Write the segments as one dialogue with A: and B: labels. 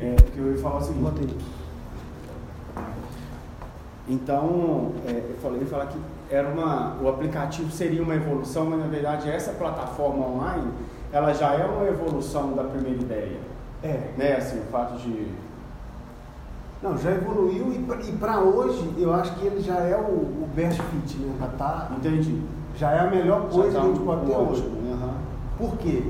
A: É, porque eu ia falar o seguinte. Então, é, eu falei, eu ia falar que era uma, o aplicativo seria uma evolução, mas na verdade essa plataforma online, ela já é uma evolução da primeira ideia.
B: É.
A: Né, assim, o fato de...
B: Não, já evoluiu e pra- e para hoje eu acho que ele já é o, o best fit, né? Já, tá,
A: Entendi.
B: já é a melhor
A: Já
B: coisa
A: tá
B: que a gente
A: um-
B: pode
A: um
B: ter hoje.
A: ótimo, né, aham.
B: Por quê?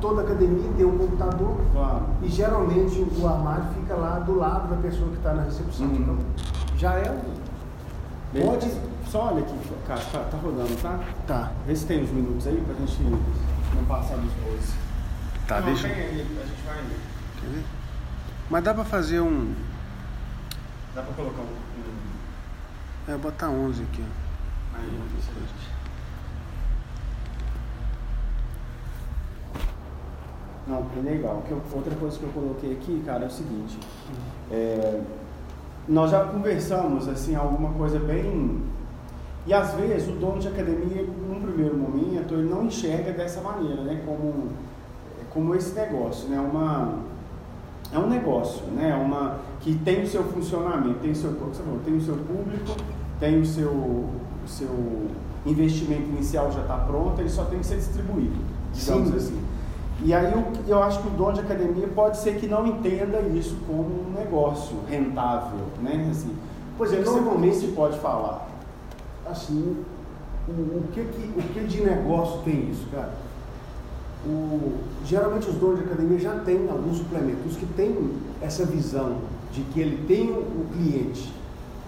B: Toda academia tem um computador
A: Claro.
B: e geralmente o armário fica lá do lado da pessoa que está na recepção.
A: Uhum.
B: Então, já é um.
A: Pode, só olha aqui, cara, tá, tá rodando, tá?
B: Tá.
A: Vê se tem uns minutos aí pra gente não passar dos 12.
C: Tá,
A: não,
C: deixa.
A: tem aí, a gente vai.
C: Quer ver? Mas dá pra fazer um.
A: Dá pra colocar um. um-
C: É, botar 11 aqui, ó.
A: aí, não sei se- Não, é legal. O que eu- outra coisa que eu coloquei aqui, cara, é o seguinte. É, nós já conversamos, assim, alguma coisa bem... E às vezes o dono de academia, num primeiro momento, ele não enxerga dessa maneira, né? Como, é, como esse negócio, né? Uma, é um negócio, né? É Uma, que tem o seu funcionamento, tem o seu, como você falou, tem o seu público, tem o seu, o seu investimento inicial já está pronto, ele só tem que ser distribuído, digamos
B: Sim.
A: assim. E aí eu, eu acho que o dono de academia pode ser que não entenda isso como um negócio rentável, né? Assim, pois é, normalmente pode falar.
B: assim, o, o que, que- o que de negócio tem isso, cara? O, geralmente os donos de academia já têm alguns suplementos que têm essa visão de que ele tem o, o cliente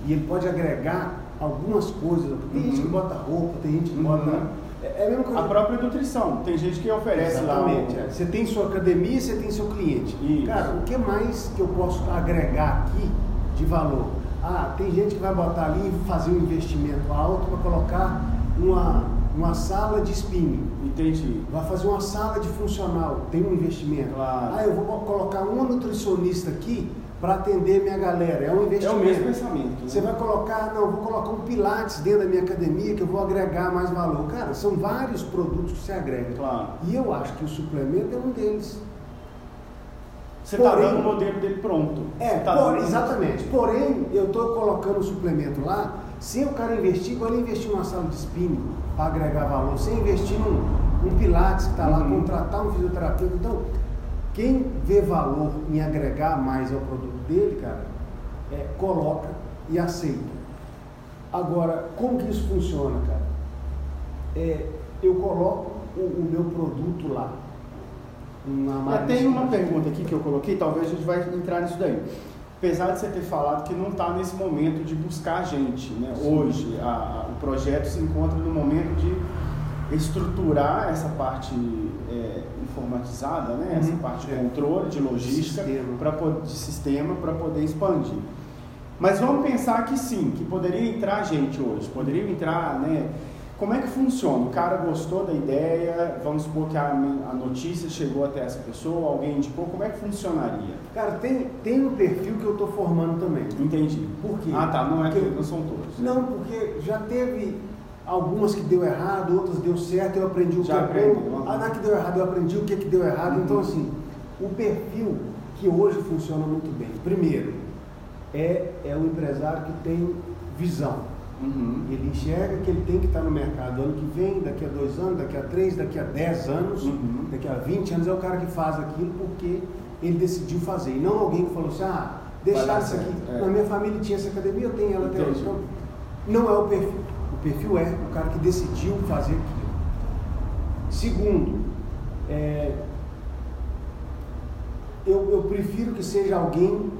B: e ele pode agregar algumas coisas. né? Tem gente que
A: Uhum.
B: bota roupa, tem gente que
A: Uhum.
B: bota. É, é a mesma coisa.
A: A própria nutrição, tem gente que oferece
B: Exatamente.
A: lá.
B: é.
A: um-
B: Você tem sua academia e você tem seu cliente.
A: Isso.
B: Cara, o que mais que eu posso agregar aqui de valor? Ah, tem gente que vai botar ali e fazer um investimento alto para colocar uma, uma sala de spinning.
A: Entendi.
B: Vai fazer uma sala de funcional, tem um investimento.
A: Claro.
B: Ah, eu vou colocar uma nutricionista aqui para atender minha galera. É um
A: É
B: investimento.
A: o mesmo pensamento. né?
B: Você vai colocar, não, vou colocar um Pilates dentro da minha academia que eu vou agregar mais valor. Cara, são vários produtos que se agregam.
A: Claro.
B: E eu acho que o suplemento é um deles.
A: Você está
B: Porém-
A: dando o modelo dele pronto.
B: É,
A: tá
B: por-
A: dando-
B: exatamente. Porém, eu estou colocando o suplemento lá. Se o cara investir, quando ele investir numa sala de spinning para agregar valor, sem investir num, num Pilates que está lá,
A: Uhum.
B: contratar um fisioterapeuta. Então, quem vê valor em agregar mais ao produto dele, cara, é, coloca e aceita. Agora, como que isso funciona, cara? É, eu coloco o, o meu produto lá. na
A: Mas
B: marca
A: tem uma
B: exclusiva.
A: pergunta aqui que eu coloquei, talvez a gente vai entrar nisso daí. Apesar de você ter falado que não está nesse momento de buscar gente, né? Hoje a- a- o projeto se encontra no momento de estruturar essa parte é, informatizada, né? Essa
B: Uhum.
A: parte de
B: É.
A: controle, de logística,
B: Sistema.
A: pra po- de sistema para poder expandir. Mas vamos pensar que sim, que poderia entrar gente hoje, poderia entrar, né? Como é que funciona? O cara gostou da ideia, vamos supor que a, a notícia chegou até essa pessoa, alguém indicou, como é que funcionaria?
B: Cara, tem, tem um perfil que eu estou formando também.
A: Entendi.
B: Por quê?
A: Ah tá, não é que
B: Porque-
A: não são todos. né?
B: Não, porque já teve algumas que deu errado, outras deu certo, eu aprendi o
A: Já
B: que é
A: aprendeu,
B: bom.
A: aham.
B: Ah, na que deu errado, eu aprendi o que, que deu errado. Então,
A: Uhum.
B: assim, o perfil que hoje funciona muito bem, primeiro, é, é o empresário que tem visão.
A: Uhum.
B: Ele enxerga que ele tem que estar no mercado ano que vem, daqui a dois anos, daqui a três, daqui a dez anos,
A: Uhum.
B: daqui a vinte anos. É o cara que faz aquilo porque ele decidiu fazer. E não alguém que falou assim, ah,
A: Vai
B: deixar
A: dar
B: isso aqui.
A: certo, é.
B: Na minha família tinha essa academia, eu tenho ela até
A: Entendi.
B: hoje. Então, não é o perfil. O perfil é o cara que decidiu fazer aquilo. Segundo, é, eu, eu prefiro que seja alguém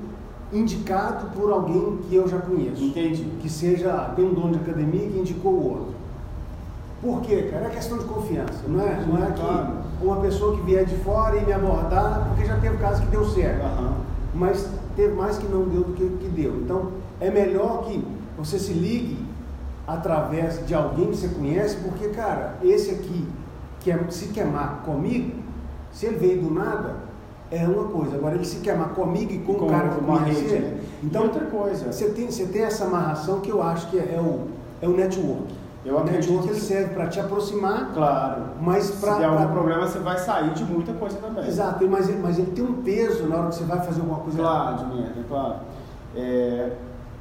B: indicado por alguém que eu já conheço
A: Entendi.
B: que seja, tem um dono de academia que indicou o outro. Por quê, cara? É questão de confiança, não é? Não é
A: Claro.
B: que uma pessoa que vier de fora e me abordar, porque já teve caso que deu certo,
A: Aham.
B: mas teve mais que não deu do que que deu. Então, é melhor que você se ligue através de alguém que você conhece, porque, cara, esse aqui, que é- se queimar comigo, se ele veio do nada, é uma coisa. Agora, ele se queimar comigo e com, o cara que eu
A: uma
B: conheci,
A: rede, né?
B: então
A: e outra coisa.
B: você tem, você tem essa amarração que eu acho que é o, é o network.
A: Eu
B: o
A: acredito
B: network
A: que-
B: serve para te aproximar,
A: Claro.
B: mas
A: Se
B: para.
A: der algum problema, você vai sair de muita coisa também.
B: Exato, mas ele, mas ele tem um peso na hora que você vai fazer alguma coisa.
A: Claro, de merda, claro. É,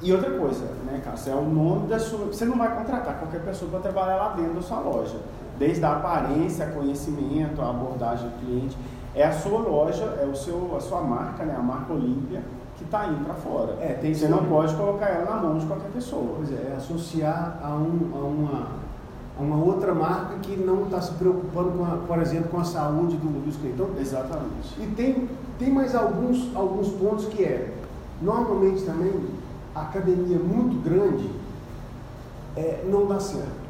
A: E outra coisa, né, Cássio? É o nome da sua. Você não vai contratar qualquer pessoa para trabalhar lá dentro da sua loja. Desde a aparência, conhecimento, a abordagem do cliente. É a sua loja, é o seu, a sua marca, né, a marca Olímpia, que está indo para fora.
B: É, tem
A: você
B: isso
A: não
B: também.
A: pode colocar ela na mão de qualquer pessoa.
B: Pois é, é associar a, um- a uma, a uma outra marca que não está se preocupando, com a- por exemplo, com a saúde do, dos clientes. Então,
A: Exatamente.
B: E tem, tem mais alguns, alguns pontos que é, normalmente também, a academia muito grande é, não dá certo.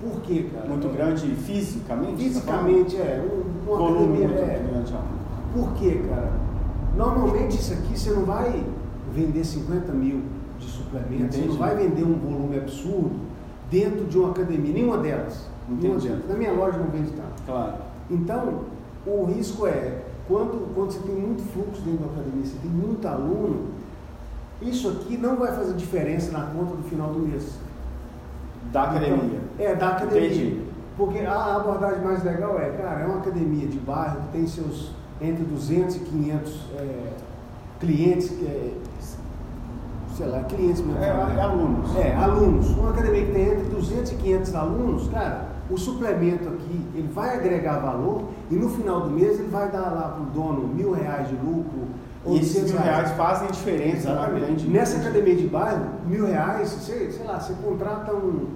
B: Por quê, cara?
A: Muito grande fisicamente? você tá falando?
B: Fisicamente é, um- uma
A: Volume
B: academia
A: muito
B: é.
A: grande. ó.
B: Por quê, cara? Normalmente isso aqui você não vai vender 50 mil de suplementos, você
A: Entendi.
B: não vai vender um volume absurdo dentro de uma academia, nenhuma delas. Nenhuma
A: Entendi.
B: delas. Na minha loja não vende tanto.
A: Claro.
B: Então, o risco é, quando, quando você tem muito fluxo dentro da academia, você tem muito aluno, isso aqui não vai fazer diferença na conta do final do mês.
A: Da academia.
B: Então, é, da academia.
A: Entendi.
B: Porque a abordagem mais legal é, cara, é uma academia de bairro que tem seus entre 200 e 500 é, clientes, é, sei lá, clientes mesmo.
A: É,
B: né?
A: alunos.
B: É, alunos. Uma academia que tem entre 200 e 500 alunos, cara, o suplemento aqui, ele vai agregar valor e no final do mês ele vai dar lá pro dono mil reais de lucro.
A: E esses
B: 800
A: mil reais fazem diferença na grande.
B: Nessa academia de bairro, mil reais, você, sei lá, você contrata um,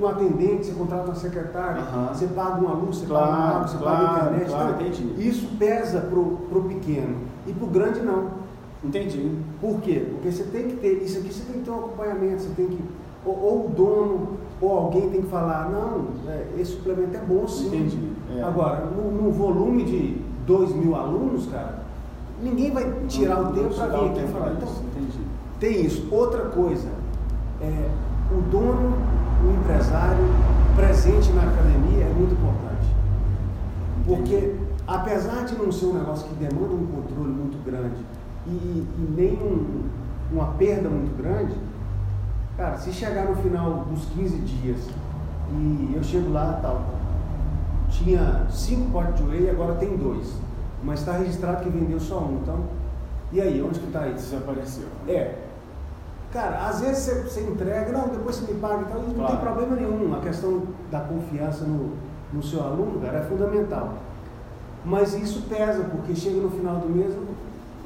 B: um atendente, você contrata uma secretária,
A: Aham.
B: você paga uma luz, você
A: Claro,
B: paga uma água, você
A: claro,
B: paga a internet.
A: claro,
B: Então,
A: entendi.
B: isso pesa pro, pro pequeno e pro grande não.
A: Entendi.
B: Por quê? Porque você tem que ter, isso aqui você tem que ter um acompanhamento, você tem que, ou, ou o dono, ou alguém tem que falar, não, é, esse suplemento é bom sim.
A: Entendi, é.
B: Agora, no, no volume de 2 mil alunos, cara, ninguém vai tirar
A: Não,
B: o tempo
A: não
B: para
A: dá
B: vir
A: o
B: aqui e
A: um tempo
B: falar.
A: pra
B: Então,
A: isso, entendi.
B: tem isso. Outra coisa, é, o dono, o empresário presente na academia é muito importante. Porque, apesar de não ser um negócio que demanda um controle muito grande e, e nem um- uma perda muito grande, cara, se chegar no final dos 15 dias e eu chego lá, tal, tinha cinco potes de whey, agora tem dois, mas está registrado que vendeu só um, então, e aí, onde que está isso?
A: Desapareceu.
B: É. Cara, às vezes você, você entrega, não, depois você me paga e tal, e não
A: Claro.
B: tem problema nenhum. A questão da confiança no, no seu aluno, cara, é fundamental. Mas isso pesa, porque chega no final do mês,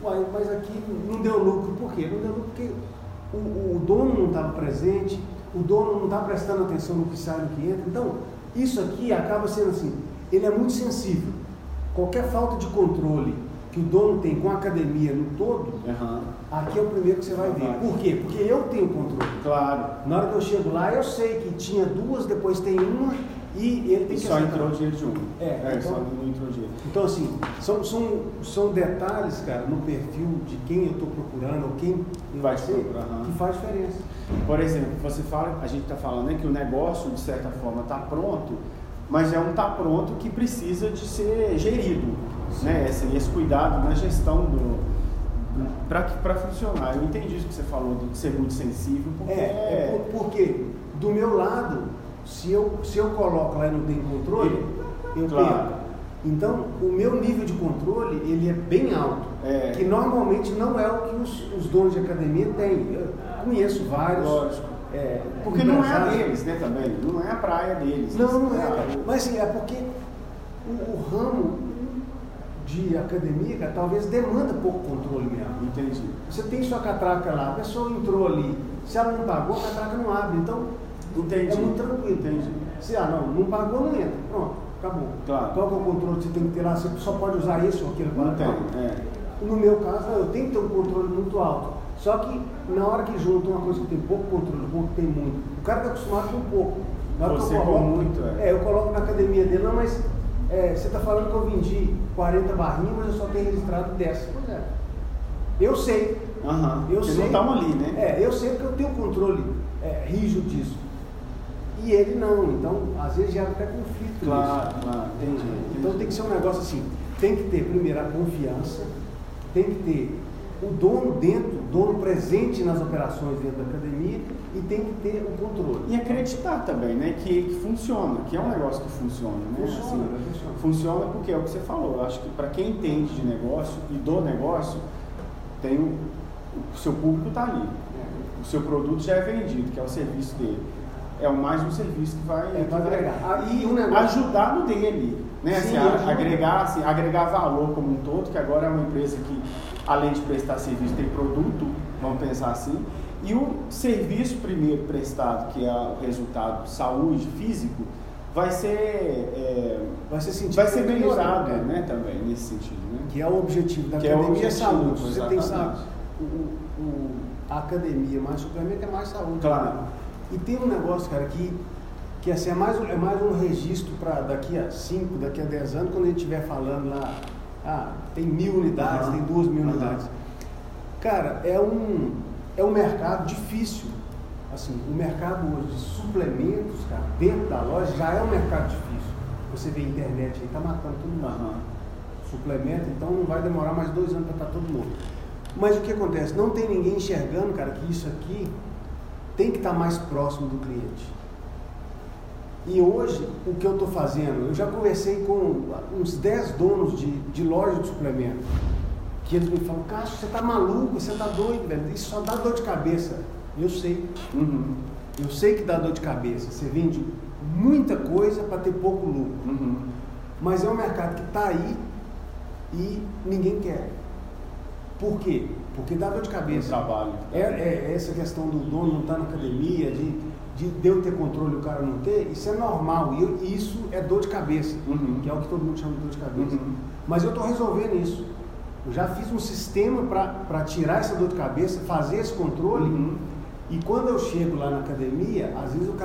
B: uai, mas aqui não deu lucro. Por quê? Não deu lucro porque o, o dono não estava presente, o dono não está prestando atenção no que sai e no que entra. Então, isso aqui acaba sendo assim, ele é muito sensível. Qualquer falta de controle que o dono tem com a academia no todo,
A: Aham.
B: Aqui é o primeiro que você vai ver. Por quê? Porque eu tenho controle.
A: Claro.
B: Na hora que eu chego lá, eu sei que tinha duas, depois tem uma e ele tem
A: E
B: que
A: só
B: aceitar.
A: entrou o dinheiro de um.
B: É, então-
A: só não entrou o dinheiro.
B: Então, assim, são, são, são detalhes, cara, no perfil de quem eu estou procurando ou quem
A: Vai
B: vai
A: te
B: ser,
A: procurar, aham.
B: que faz diferença.
A: Por exemplo, você fala, a gente está falando né, que o negócio, de certa forma, está pronto, mas é um tá pronto que precisa de ser gerido. Né? Esse, esse cuidado na gestão do. Para funcionar. Eu entendi isso que você falou, de ser muito sensível, porque.
B: É, é por- porque do meu lado, se eu, se eu coloco lá e não tenho controle, eu
A: Claro.
B: perco. Então, o meu nível de controle, ele é bem alto.
A: É.
B: Que normalmente não é o que os, os donos de academia têm. Eu conheço vários.
A: Lógico.
B: é,
A: porque não é a
B: empresários.
A: deles, né, também? Não é a praia deles.
B: Não, não é,
A: Ah,
B: cara. Mas assim, é porque o, o ramo de academia, cara, talvez demanda pouco controle mesmo.
A: Ah, Entendi.
B: Você tem sua catraca lá, a pessoa entrou ali, se ela não pagou, a catraca não abre. Então,
A: Entendi.
B: é muito tranquilo.
A: um Entendi.
B: Se ah, não, não pagou, não entra. Pronto, acabou.
A: Claro.
B: Qual que é o controle que você tem que ter lá? Você só pode usar esse ou aquele
A: Não tem.
B: aparato?
A: É.
B: No meu caso, eu tenho que ter um controle muito alto. Só que na hora que junta uma coisa que tem pouco controle com o que tem muito, o cara está acostumado com pouco. Na hora que
A: Você
B: eu
A: com
B: coloco,
A: muito, é.
B: eu coloco na academia dele, não, mas é, você está falando que eu vendi 40 barrinhas, mas eu só tenho registrado 10. Pois é. Eu sei.
A: Aham.
B: Eu
A: Porque
B: sei.
A: não estavam ali, né?
B: É, eu sei porque eu tenho controle é, rígido disso. E ele não. Então, às vezes gera até conflito nisso.
A: Claro, claro, entendi. entendi.
B: Então tem que ser um negócio assim, tem que ter primeiro a confiança, tem que ter o dono dentro, o dono presente nas operações dentro da academia e tem que ter o controle.
A: E acreditar também, né? Que, que funciona, que é um negócio que funciona, né?
B: Funciona,
A: Assim,
B: né? Funciona.
A: funciona porque é o que você falou. Eu acho que para quem entende de negócio e do negócio, tem o, o seu público está ali.
B: né?
A: O seu produto já é vendido, que é o serviço dele. É o mais um serviço que vai,
B: É,
A: que
B: vai agregar. Ah, e um negócio-
A: ajudar no dele. Né? Assim,
B: Sim,
A: a-
B: ajuda.
A: agregar, assim, agregar valor como um todo, que agora é uma empresa que, além de prestar serviço, tem produto, vamos pensar assim. E o serviço primeiro prestado, que é o resultado saúde, físico, vai ser, é,
B: Vai ser sentido.
A: vai ser melhorado
B: É.
A: né, também, nesse sentido. Né?
B: Que é o objetivo da
A: Que é o
B: academia é
A: objetivo,
B: saúde. Se Você tem
A: exatamente.
B: saúde. O, o- o- a academia mais suplemento é mais saúde.
A: Claro.
B: E tem um negócio, cara, que, que assim, é, mais, um- é mais um registro para daqui a 5, daqui a 10 anos, quando a gente estiver falando lá, ah, tem mil unidades,
A: Aham.
B: tem duas mil
A: Aham.
B: unidades. Cara, é um, é um mercado difícil. Assim, o mercado hoje de suplementos, cara, dentro da loja já é um mercado difícil. Você vê a internet aí, tá matando todo mundo
A: Aham.
B: suplemento, então não vai demorar mais dois anos para estar todo morto. Mas o que acontece? Não tem ninguém enxergando, cara, que isso aqui tem que estar mais próximo do cliente. E hoje, o que eu estou fazendo? Eu já conversei com uns 10 donos de, de loja de suplemento, que eles me falam, Cássio, você está maluco, você está doido, velho, isso só dá dor de cabeça. Eu sei,
A: Uhum.
B: eu sei que dá dor de cabeça. Você vende muita coisa para ter pouco lucro.
A: Uhum.
B: Mas é um mercado que está aí e ninguém quer. Por quê? Porque dá dor de
A: Esse
B: cabeça.
A: trabalho.
B: É, é- é essa questão do dono não estar na academia, de, de de eu ter controle e o cara não ter, isso é normal. E eu- e isso é dor de cabeça,
A: Uhum.
B: que é o que todo mundo chama de dor de cabeça.
A: Uhum.
B: Mas eu estou resolvendo isso. Eu já fiz um sistema para tirar essa dor de cabeça, fazer esse controle.
A: Uhum.
B: E quando eu chego lá na academia, às vezes o cara